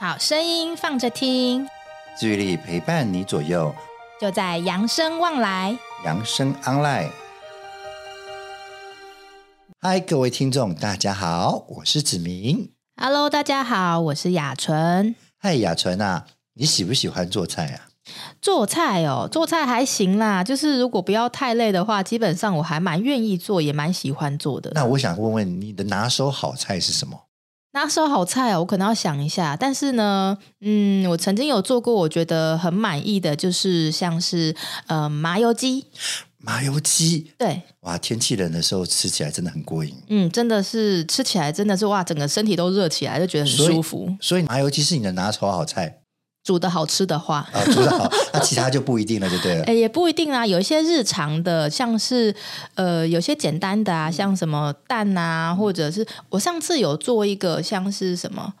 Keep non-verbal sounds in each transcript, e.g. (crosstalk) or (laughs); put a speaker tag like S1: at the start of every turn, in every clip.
S1: 好声音放着听，
S2: 距离陪伴你左右，
S1: 就在扬声望来。
S2: 扬声 online。嗨，各位听众，大家好，我是子明。
S1: Hello，大家好，我是雅纯。
S2: 嗨，雅纯啊，你喜不喜欢做菜啊？
S1: 做菜哦，做菜还行啦，就是如果不要太累的话，基本上我还蛮愿意做，也蛮喜欢做的。
S2: 那我想问问你的拿手好菜是什么？
S1: 拿手好菜哦，我可能要想一下。但是呢，嗯，我曾经有做过，我觉得很满意的，就是像是呃麻油鸡，
S2: 麻油鸡。
S1: 对，
S2: 哇，天气冷的时候吃起来真的很过瘾，
S1: 嗯，真的是吃起来真的是哇，整个身体都热起来，就觉得很
S2: 所以
S1: 舒服。
S2: 所以麻油鸡是你的拿手好菜
S1: 煮的好吃的话，
S2: 啊，煮得好， (laughs) 那其他就不一定了，就对了。
S1: 哎，也不一定啊，有一些日常的，像是呃，有些简单的啊，
S2: 嗯
S1: 像什么蛋啊，或者是我上次有做一个像是什么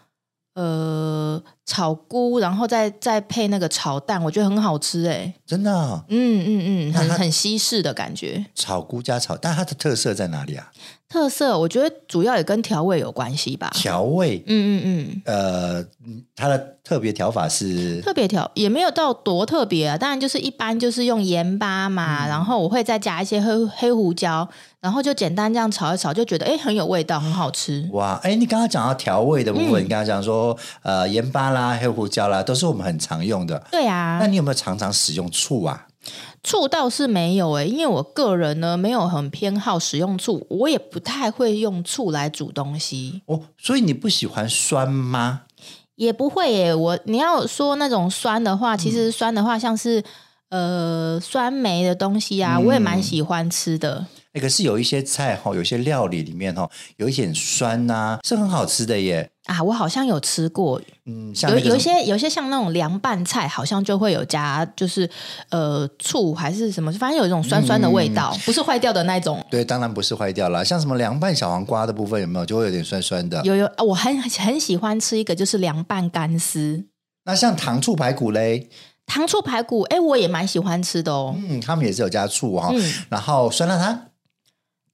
S1: 呃炒菇，然后再再配那个炒蛋，我觉得很好吃哎、
S2: 真的啊、
S1: 嗯嗯嗯，
S2: (laughs) 那
S1: 很
S2: 它
S1: 很西式的感觉。
S2: 炒菇加炒，但它的特色在哪里啊？
S1: 特色我觉得主要也跟调味有关系吧。
S2: 调味，
S1: 嗯嗯嗯。
S2: 呃，嗯它的特别调法是
S1: 特别调也没有到多特别啊，当然就是一般就是用盐巴嘛，然后我会再加一些黑黑胡椒，然后就简单这样炒一炒，就觉得诶很有味道，很好吃。
S2: 哇，哎，你刚刚讲到调味的部分，
S1: 嗯
S2: 你刚刚讲说，呃，盐巴啦、黑胡椒啦，都是我们很常用的。
S1: 对
S2: 那
S1: 啊，
S2: 你有没有常常使用醋啊？
S1: 醋倒是没有诶、因为我个人呢没有很偏好使用醋，我也不太会用醋来煮东西，
S2: 哦，所以你不喜欢酸吗？
S1: 也不会耶、我你要说那种酸的话，其实酸的话像是、呃酸梅的东西啊，我也蛮喜欢吃的。
S2: 哎，可是有一些菜哈、有些料理里面哈、有一点酸呐、是很好吃的耶。
S1: 啊，我好像有吃过，
S2: 嗯，像
S1: 有
S2: 那个
S1: 有一
S2: 什么
S1: 些有一些像那种凉拌菜，好像就会有加，就是呃醋还是什么，反正有一种酸酸的味道，
S2: 嗯
S1: 不是坏掉的那种。
S2: 对，当然不是坏掉啦，像什么凉拌小黄瓜的部分有没有，就会有点酸酸的。
S1: 有有，啊我很很喜欢吃一个，就是凉拌干丝、
S2: 那像糖醋排骨嘞，
S1: 糖醋排骨，哎、我也蛮喜欢吃的哦。
S2: 嗯，他们也是有加醋哈、
S1: 嗯
S2: 然后酸辣汤，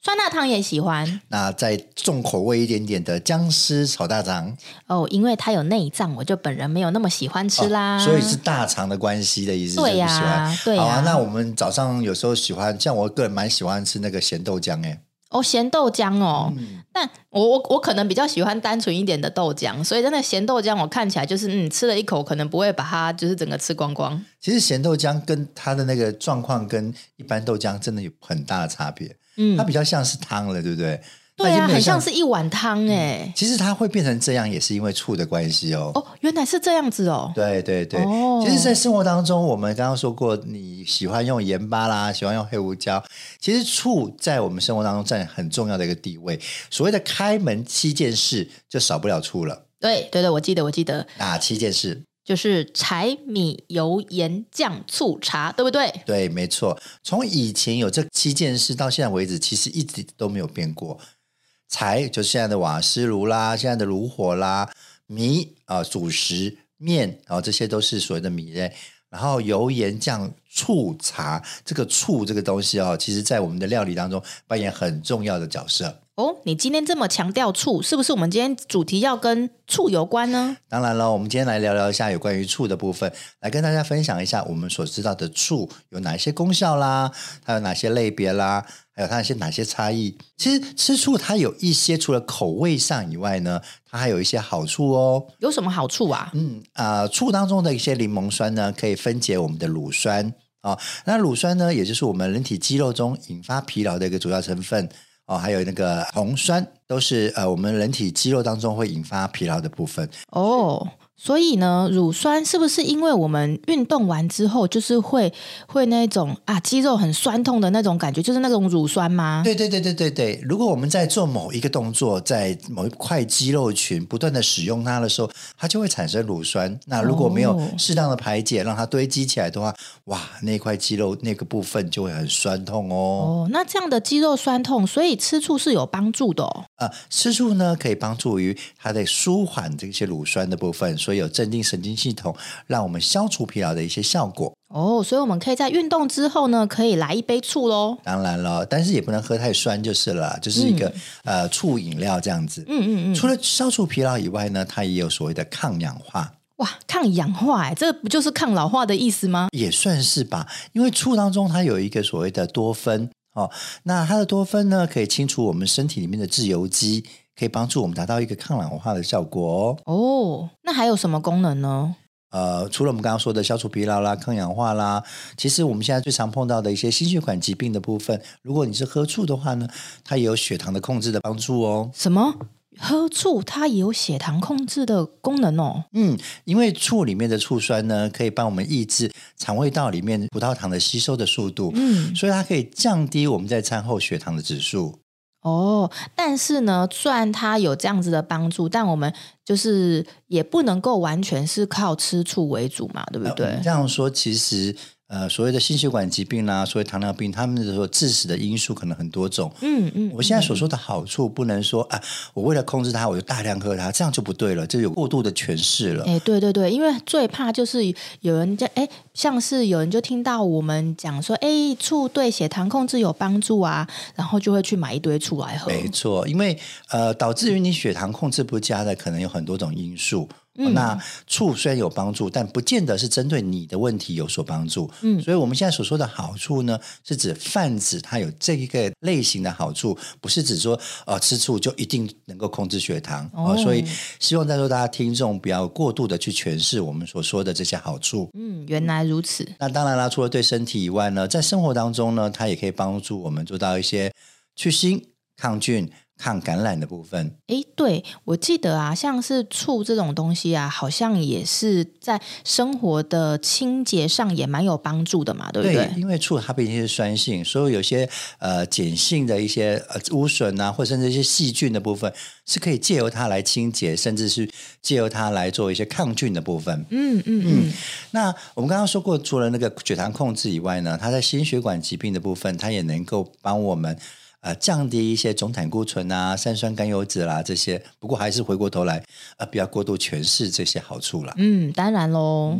S1: 酸辣汤也喜欢
S2: 那再重口味一点点的姜丝炒大肠。
S1: 哦，因为它有内脏，我就本人没有那么喜欢吃啦。
S2: 哦所以是大肠的关系的意思，
S1: 对
S2: 就
S1: 呀
S2: 不喜欢。
S1: 对呀
S2: 好啊，那我们早上有时候喜欢，像我个人蛮喜欢吃那个咸豆浆、欸，
S1: 哦咸豆浆哦，但我我我可能比较喜欢单纯一点的豆浆，所以真的咸豆浆我看起来就是嗯吃了一口，可能不会把它就是整个吃光光。
S2: 其实咸豆浆跟它的那个状况跟一般豆浆真的有很大的差别，
S1: 嗯
S2: 它，比较像是汤了，对不对？
S1: 对
S2: 它已经
S1: 啊，
S2: 没有
S1: 很像。是一碗汤哎、
S2: 其实它会变成这样，也是因为醋的关系哦。
S1: 哦，原来是这样子哦。
S2: 对对对，
S1: 哦
S2: 其实，在生活当中，我们刚刚说过，你喜欢用盐巴啦，喜欢用黑胡椒。其实醋在我们生活当中占很重要的一个地位。所谓的开门七件事，就少不了醋了。
S1: 对对对，我记得我记得，
S2: 哪七件事？
S1: 就是柴米油盐酱醋茶，对不对？
S2: 对，没错。从以前有这七件事到现在为止，其实一直都没有变过。柴就是现在的瓦斯炉啦，现在的炉火啦，米啊、呃主食、面啊、这些都是所谓的米类。然后油盐酱醋茶，这个醋这个东西哦，其实在我们的料理当中扮演很重要的角色。
S1: 哦，你今天这么强调醋，是不是我们今天主题要跟醋有关呢？
S2: 当然了，我们今天来聊聊一下有关于醋的部分，来跟大家分享一下我们所知道的醋有哪一些功效啦，它有哪些类别啦，还有它有些哪些差异。其实吃醋它有一些除了口味上以外呢，它还有一些好处哦。
S1: 有什么好处啊？
S2: 嗯啊、醋当中的一些柠檬酸呢，可以分解我们的乳酸啊、那乳酸呢，也就是我们人体肌肉中引发疲劳的一个主要成分哦。还有那个红酸，都是呃我们人体肌肉当中会引发疲劳的部分。
S1: 哦，所以呢，乳酸是不是因为我们运动完之后，就是会会那种啊肌肉很酸痛的那种感觉，就是那种乳酸吗？
S2: 对对对对对对，如果我们在做某一个动作，在某一块肌肉群不断的使用它的时候，它就会产生乳酸。那如果没有
S1: 哦
S2: 适当的排解，让它堆积起来的话，哇，那块肌肉那个部分就会很酸痛哦。
S1: 哦，那这样的肌肉酸痛，所以吃醋是有帮助的哦。
S2: 呃，吃素呢可以帮助于它在舒缓这些乳酸的部分，所以有镇定神经系统，让我们消除疲劳的一些效果。
S1: 哦，所以我们可以在运动之后呢，可以来一杯醋喽。
S2: 当然了，但是也不能喝太酸就是了啦，就是一个、呃醋饮料这样子。
S1: 嗯嗯嗯，
S2: 除了消除疲劳以外呢，它也有所谓的抗氧化，
S1: 哇，抗氧化哎，这不就是抗老化的意思吗？
S2: 也算是吧。因为醋当中它有一个所谓的多酚哦，那它的多酚呢可以清除我们身体里面的自由基，可以帮助我们达到一个抗氧化的效果哦。
S1: 哦，那还有什么功能呢？
S2: 呃，除了我们刚刚说的消除疲劳啦、抗氧化啦，其实我们现在最常碰到的一些心血管疾病的部分，如果你是喝醋的话呢，它也有血糖的控制的帮助哦。
S1: 什么？喝醋它也有血糖控制的功能哦。
S2: 嗯，因为醋里面的醋酸呢，可以帮我们抑制肠胃道里面葡萄糖的吸收的速度，
S1: 嗯，
S2: 所以它可以降低我们在餐后血糖的指数。
S1: 哦，但是呢，虽然它有这样子的帮助，但我们就是也不能够完全是靠吃醋为主嘛，对不对？
S2: 呃这样说其实。呃，所谓的心血管疾病啦、啊所谓糖尿病，他们所致死的因素可能很多种。
S1: 嗯嗯，
S2: 我现在所说的好处，不能说啊，我为了控制它，我就大量喝它，这样就不对了，这有过度的诠释了。
S1: 哎、对对对，因为最怕就是有人就哎、像是有人就听到我们讲说，哎、醋对血糖控制有帮助啊，然后就会去买一堆醋来喝。
S2: 没错，因为呃，导致于你血糖控制不佳的，可能有很多种因素。哦那醋虽然有帮助，但不见得是针对你的问题有所帮助。
S1: 嗯
S2: 所以我们现在所说的好处呢，是指泛指它有这一个类型的好处，不是指说呃吃醋就一定能够控制血糖。
S1: 哦
S2: 哦，所以希望在座大家听众不要过度的去诠释我们所说的这些好处。
S1: 嗯，原来如此。
S2: 那当然啦，除了对身体以外呢，在生活当中呢，它也可以帮助我们做到一些去腥、抗菌、抗感染的部分。
S1: 哎，对，我记得啊，像是醋这种东西啊，好像也是在生活的清洁上也蛮有帮助的嘛，对不对？
S2: 因为醋它毕竟是酸性，所以有些呃碱性的一些呃污损啊，或甚至一些细菌的部分，是可以借由它来清洁，甚至是借由它来做一些抗菌的部分。
S1: 嗯嗯嗯，
S2: 那我们刚刚说过，除了那个血糖控制以外呢，它在心血管疾病的部分，它也能够帮我们呃降低一些总胆固醇啊、三酸甘油脂啦、这些。不过还是回过头来，呃，不要过度诠释这些好处啦。
S1: 嗯，当然喽。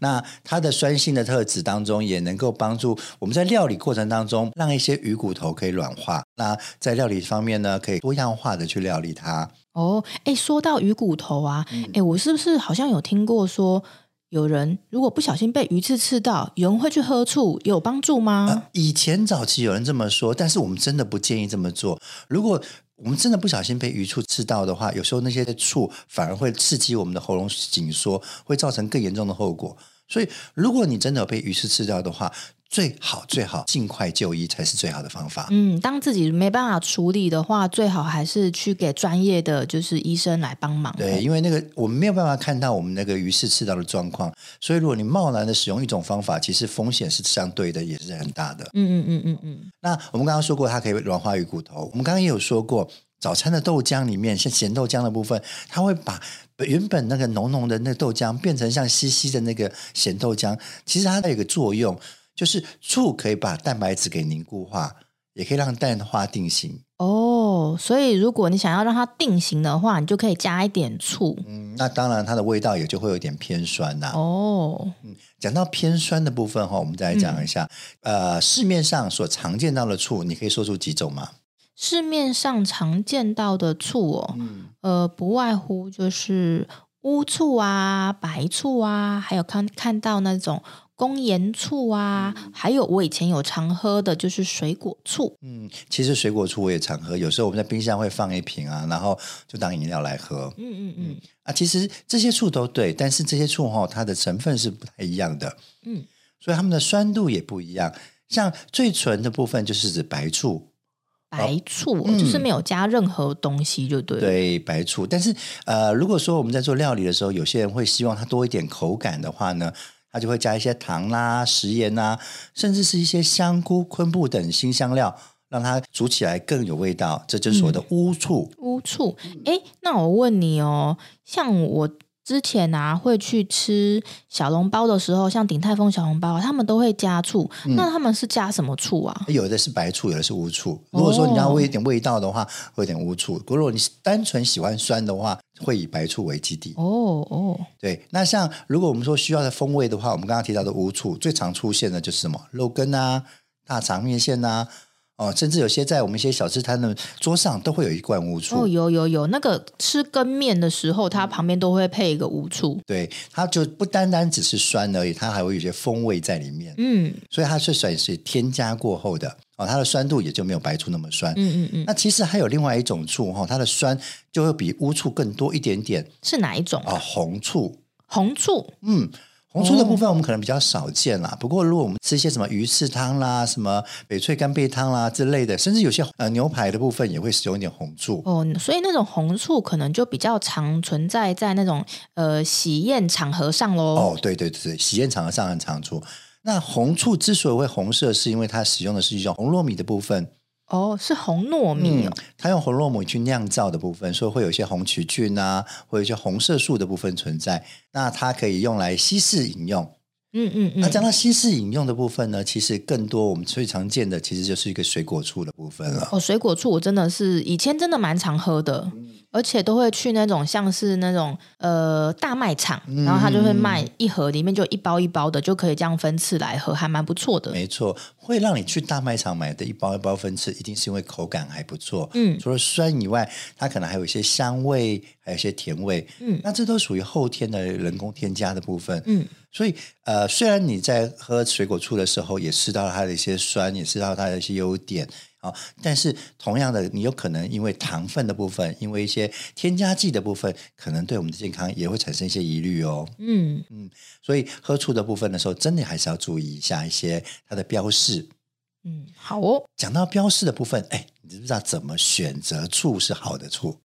S2: 那它的酸性的特质当中，也能够帮助我们在料理过程当中，让一些鱼骨头可以软化。那在料理方面呢，可以多样化的去料理它。
S1: 哦，哎，说到鱼骨头啊，
S2: 嗯
S1: 哎、我是不是好像有听过说，有人如果不小心被鱼刺刺到，有人会去喝醋，有帮助吗？
S2: 呃以前早期有人这么说，但是我们真的不建议这么做。如果我们真的不小心被鱼醋刺到的话，有时候那些醋反而会刺激我们的喉咙紧缩，会造成更严重的后果。所以，如果你真的有被鱼刺刺到的话，最好最好尽快就医才是最好的方法。
S1: 嗯，当自己没办法处理的话，最好还是去给专业的就是医生来帮忙。
S2: 对，，因为那个我们没有办法看到我们那个鱼刺刺到的状况，所以如果你贸然的使用一种方法，其实风险是相对的，也是很大的。
S1: 嗯嗯嗯嗯嗯，
S2: 那我们刚刚说过，它可以软化鱼骨头。我们刚刚也有说过，早餐的豆浆里面，像咸豆浆的部分，它会把原本那个浓浓的那个豆浆变成像稀稀的那个咸豆浆。其实它有一个作用，就是醋可以把蛋白质给凝固化，也可以让蛋花定型。
S1: 哦，所以如果你想要让它定型的话，你就可以加一点醋。
S2: 嗯，那当然它的味道也就会有点偏酸呐、
S1: 哦，
S2: 讲到偏酸的部分哈，我们再来讲一下，呃，市面上所常见到的醋，你可以说出几种吗？
S1: 市面上常见到的醋哦，呃，不外乎就是乌醋啊、白醋啊，还有看看到那种工盐醋啊，还有我以前有常喝的就是水果醋。
S2: 嗯，其实水果醋我也常喝，有时候我们在冰箱会放一瓶啊，然后就当饮料来喝
S1: 嗯嗯嗯，
S2: 啊。其实这些醋都对，但是这些醋哈，它的成分是不太一样的，
S1: 嗯，
S2: 所以它们的酸度也不一样。像最纯的部分就是指白醋，
S1: 白醋哦、
S2: 嗯
S1: 就是没有加任何东西，就对了。
S2: 对白醋。但是呃，如果说我们在做料理的时候，有些人会希望它多一点口感的话呢，他就会加一些糖啦、食盐啦，甚至是一些香菇、昆布等新香料，让它煮起来更有味
S1: 嗯
S2: 道。这就是所谓的乌醋。
S1: 乌醋。哎，那我问你哦，像我之前啊，会去吃小笼包的时候，像鼎泰丰小笼包啊，他们都会加醋。那他们是加什么醋啊？
S2: 有的是白醋，有的是乌醋。如果说你
S1: 哦
S2: 要味一点味道的话，会有点乌醋；如果你单纯喜欢酸的话，会以白醋为基底。
S1: 哦哦，
S2: 对，那像如果我们说需要的风味的话，我们刚刚提到的乌醋最常出现的就是什么肉羹啊、大肠面线呐、啊，哦，甚至有些在我们一些小吃摊的桌上都会有一罐乌醋。
S1: 哦，有有有，那个吃羹面的时候，
S2: 嗯
S1: 它旁边都会配一个无醋。
S2: 对，它就不单单只是酸而已，它还会有一些风味在里面，
S1: 嗯
S2: 所以它是算是添加过后的哦，它的酸度也就没有白醋那么酸。
S1: 嗯嗯嗯，
S2: 那其实还有另外一种醋哈、哦，它的酸就会比乌醋更多一点点
S1: 是哪一种啊？
S2: 啊、红醋。
S1: 红醋
S2: 嗯，红醋的部分我们可能比较少见啦。不过如果我们吃一些什么鱼翅汤啦、什么翡翠干贝汤啦之类的，甚至有些呃牛排的部分也会使用一点红醋。
S1: 哦，所以那种红醋可能就比较常存在在那种呃喜宴场合上喽。
S2: 哦，对对对对，喜宴场合上很常出。那红醋之所以会红色，是因为它使用的是一种红糯米的部分，嗯
S1: 哦，是红糯米哦。
S2: 它用红糯米去酿造的部分，所以会有一些红曲菌啊，或者一些红色素的部分存在。那它可以用来稀释饮用。
S1: 嗯嗯
S2: 那
S1: 嗯，
S2: 讲到稀释饮用的部分呢，其实更多我们最常见的其实就是一个水果醋的部分了。
S1: 哦，水果醋我真的是以前真的蛮常喝的，
S2: 嗯
S1: 而且都会去那种像是那种呃大卖场，
S2: 嗯
S1: 然后它就会卖一盒，里面就一包一包的，就可以这样分次来喝，还蛮不错的。
S2: 没错，会让你去大卖场买的一包一包分吃，一定是因为口感还不错。
S1: 嗯
S2: 除了酸以外，它可能还有一些香味，还有一些甜味。
S1: 嗯
S2: 那这都属于后天的人工添加的部分。
S1: 嗯，
S2: 所以呃，虽然你在喝水果醋的时候也吃到了它的一些酸，也吃到它的一些优点啊、哦但是同样的，你有可能因为糖分的部分，因为一些添加剂的部分，可能对我们的健康也会产生一些疑虑哦。
S1: 嗯，
S2: 所以喝醋的部分的时候，真的还是要注意一下一些它的标示。
S1: 嗯，好哦。
S2: 讲到标示的部分，哎，你知不知道怎么选择醋是好的醋？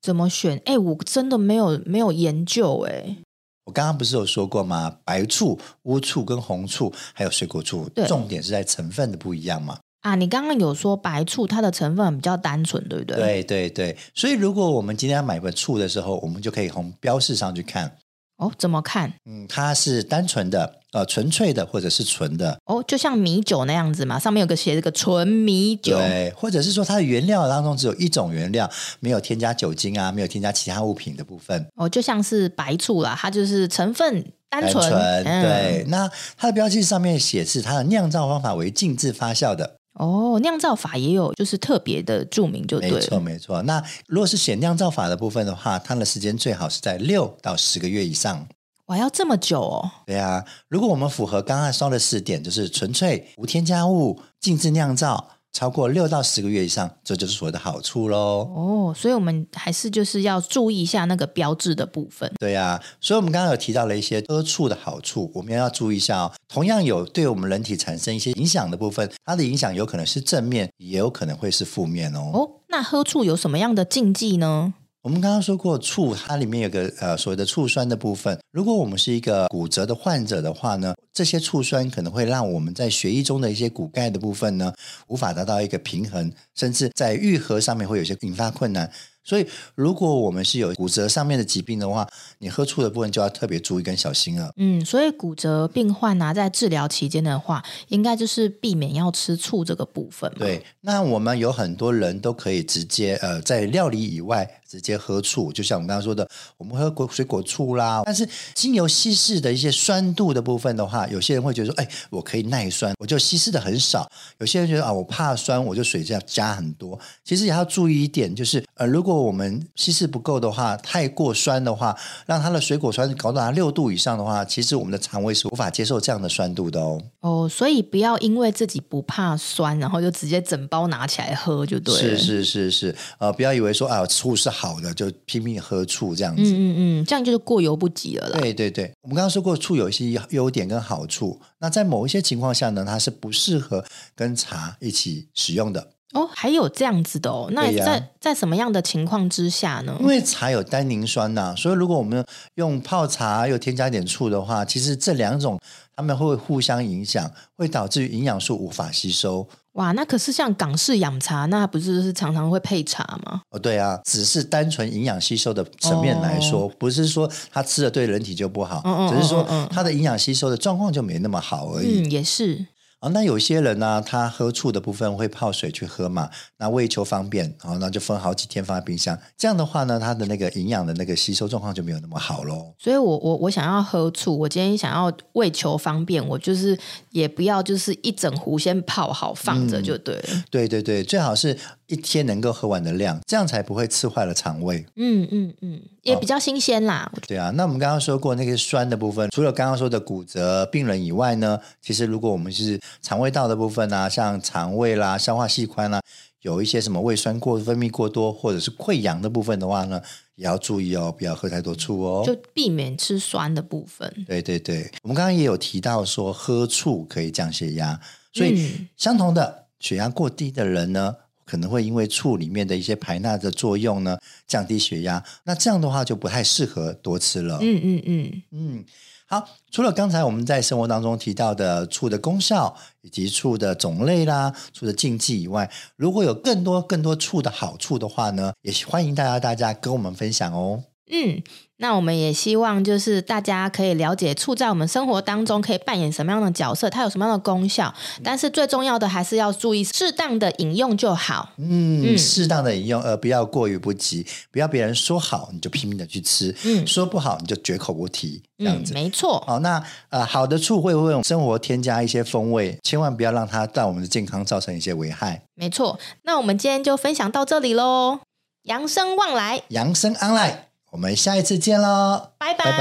S1: 怎么选？哎，我真的没有没有研究哎。
S2: 我刚刚不是有说过吗？白醋、乌醋跟红醋，还有水果醋
S1: 对，
S2: 重点是在成分的不一样嘛。
S1: 啊，你刚刚有说白醋它的成分比较单纯，对不对？，
S2: 对对对，所以如果我们今天要买个醋的时候，我们就可以从标示上去看，
S1: 哦，怎么看？
S2: 嗯，它是单纯的、呃纯粹的，或者是纯的，
S1: 哦，就像米酒那样子嘛，上面有个写这个纯米酒。
S2: 对，或者是说它的原料当中只有一种原料，没有添加酒精啊，没有添加其他物品的部分。
S1: 哦，就像是白醋啦，它就是成分单纯，嗯、
S2: 对。，那它的标记上面显示它的酿造方法为静置发酵的，
S1: 哦，酿造法也有就是特别的注明，就对
S2: 没错
S1: 了。
S2: 没错。那如果是写酿造法的部分的话，它的时间最好是在六到十个月以上。
S1: 哇，要这么久哦？
S2: 对啊，如果我们符合刚刚说的四点，就是纯粹无添加物、静置酿造，超过六到十个月以上，这就是所谓的好处喽。
S1: 哦，所以我们还是就是要注意一下那个标志的部分。
S2: 对啊，所以我们刚刚有提到了一些喝醋的好处，我们要注意一下哦。同样有对我们人体产生一些影响的部分，它的影响有可能是正面，也有可能会是负面哦。
S1: 哦，那喝醋有什么样的禁忌呢？
S2: 我们刚刚说过醋，它里面有个呃所谓的醋酸的部分。如果我们是一个骨折的患者的话呢，这些醋酸可能会让我们在血液中的一些骨钙的部分呢，无法达到一个平衡，甚至在愈合上面会有一些引发困难。所以，如果我们是有骨折上面的疾病的话，你喝醋的部分就要特别注意跟小心了。
S1: 嗯，所以骨折病患啊，在治疗期间的话，应该就是避免要吃醋这个部分嘛。，
S2: 对，那我们有很多人都可以直接呃，在料理以外直接喝醋，就像我们刚刚说的，呃我们喝果水果醋啦。但是精油稀释的一些酸度的部分的话，有些人会觉得说，哎，我可以耐酸，我就稀释的很少；有些人觉得啊，我怕酸，我就水这样加很多。其实也要注意一点，就是呃，如果我们稀释不够的话，太过酸的话，让它的水果酸搞到它六度以上的话，其实我们的肠胃是无法接受这样的酸度的哦。
S1: 哦，所以不要因为自己不怕酸，然后就直接整包拿起来喝就对了。
S2: 是是是是，呃，不要以为说啊醋是好的就拼命喝醋这样子。
S1: 嗯嗯嗯，这样就是过犹不及了啦。
S2: 对对对，我们刚刚说过醋有一些优点跟好处，那在某一些情况下呢，它是不适合跟茶一起使用的，
S1: 哦，还有这样子的哦。那
S2: 对呀
S1: 在、在什么样的情况之下呢
S2: 因？为茶有单宁酸呐、所以如果我们用泡茶又添加一点醋的话，其实这两种它们会互相影响，会导致于营养素无法吸收。
S1: 哇，那可是像港式养茶，那不是就是常常会配茶吗？
S2: 哦，对啊，只是单纯营养吸收的层面来说，不是说他吃了对人体就不好，
S1: 哦嗯嗯
S2: 只是说
S1: 嗯嗯嗯
S2: 他的营养吸收的状况就没那么好而已。
S1: 嗯，也是，
S2: 啊，那有些人呢、他喝醋的部分会泡水去喝嘛，那为求方便，好、那就分好几天放在冰箱。这样的话呢，他的那个营养的那个吸收状况就没有那么好喽。
S1: 所以我我我想要喝醋，我今天想要为求方便，我就是也不要就是一整壶先泡好放
S2: 嗯
S1: 着就对了。
S2: 对对对，最好是一天能够喝完的量，这样才不会吃坏了肠胃。
S1: 嗯嗯嗯，也比较新鲜啦。
S2: 对啊，那我们刚刚说过那个酸的部分，除了刚刚说的骨折病人以外呢，其实如果我们是肠胃道的部分啊，像肠胃啦、消化器官啦、有一些什么胃酸过分泌过多或者是溃疡的部分的话呢，也要注意哦，不要喝太多醋哦。
S1: 就避免吃酸的部分。
S2: 对对对，我们刚刚也有提到说喝醋可以降血压，所以
S1: 嗯
S2: 相同的血压过低的人呢，可能会因为醋里面的一些排钠的作用呢，降低血压。那这样的话就不太适合多吃了。
S1: 嗯嗯嗯，
S2: 嗯，好。除了刚才我们在生活当中提到的醋的功效，以及醋的种类啦、醋的禁忌以外，如果有更多更多醋的好处的话呢，也欢迎大家大家跟我们分享哦。
S1: 嗯，那我们也希望就是大家可以了解醋在我们生活当中可以扮演什么样的角色，它有什么样的功效，
S2: 嗯
S1: 但是最重要的还是要注意适当的饮用就好。
S2: 嗯，
S1: 嗯
S2: 适当的饮用，呃而不要过于不及，不要别人说好你就拼命的去吃，
S1: 嗯
S2: 说不好你就绝口不提，这样
S1: 嗯，
S2: 子。
S1: 没错。
S2: 好，那呃，好的醋会为我们生活添加一些风味，千万不要让它对我们的健康造成一些危害。
S1: 没错，那我们今天就分享到这里喽。扬生望来，
S2: 养生 online，我们下一次见喽，
S1: 拜拜。
S2: 拜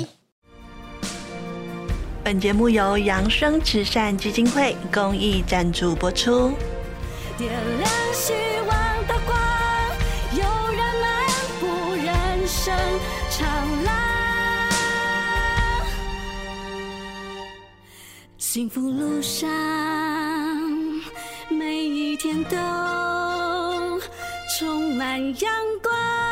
S2: 拜
S3: 本节目由扬生慈善基金会公益赞助播出。
S4: 点亮希望的光，有人漫步人生长廊，幸福路上每一天都充满阳光。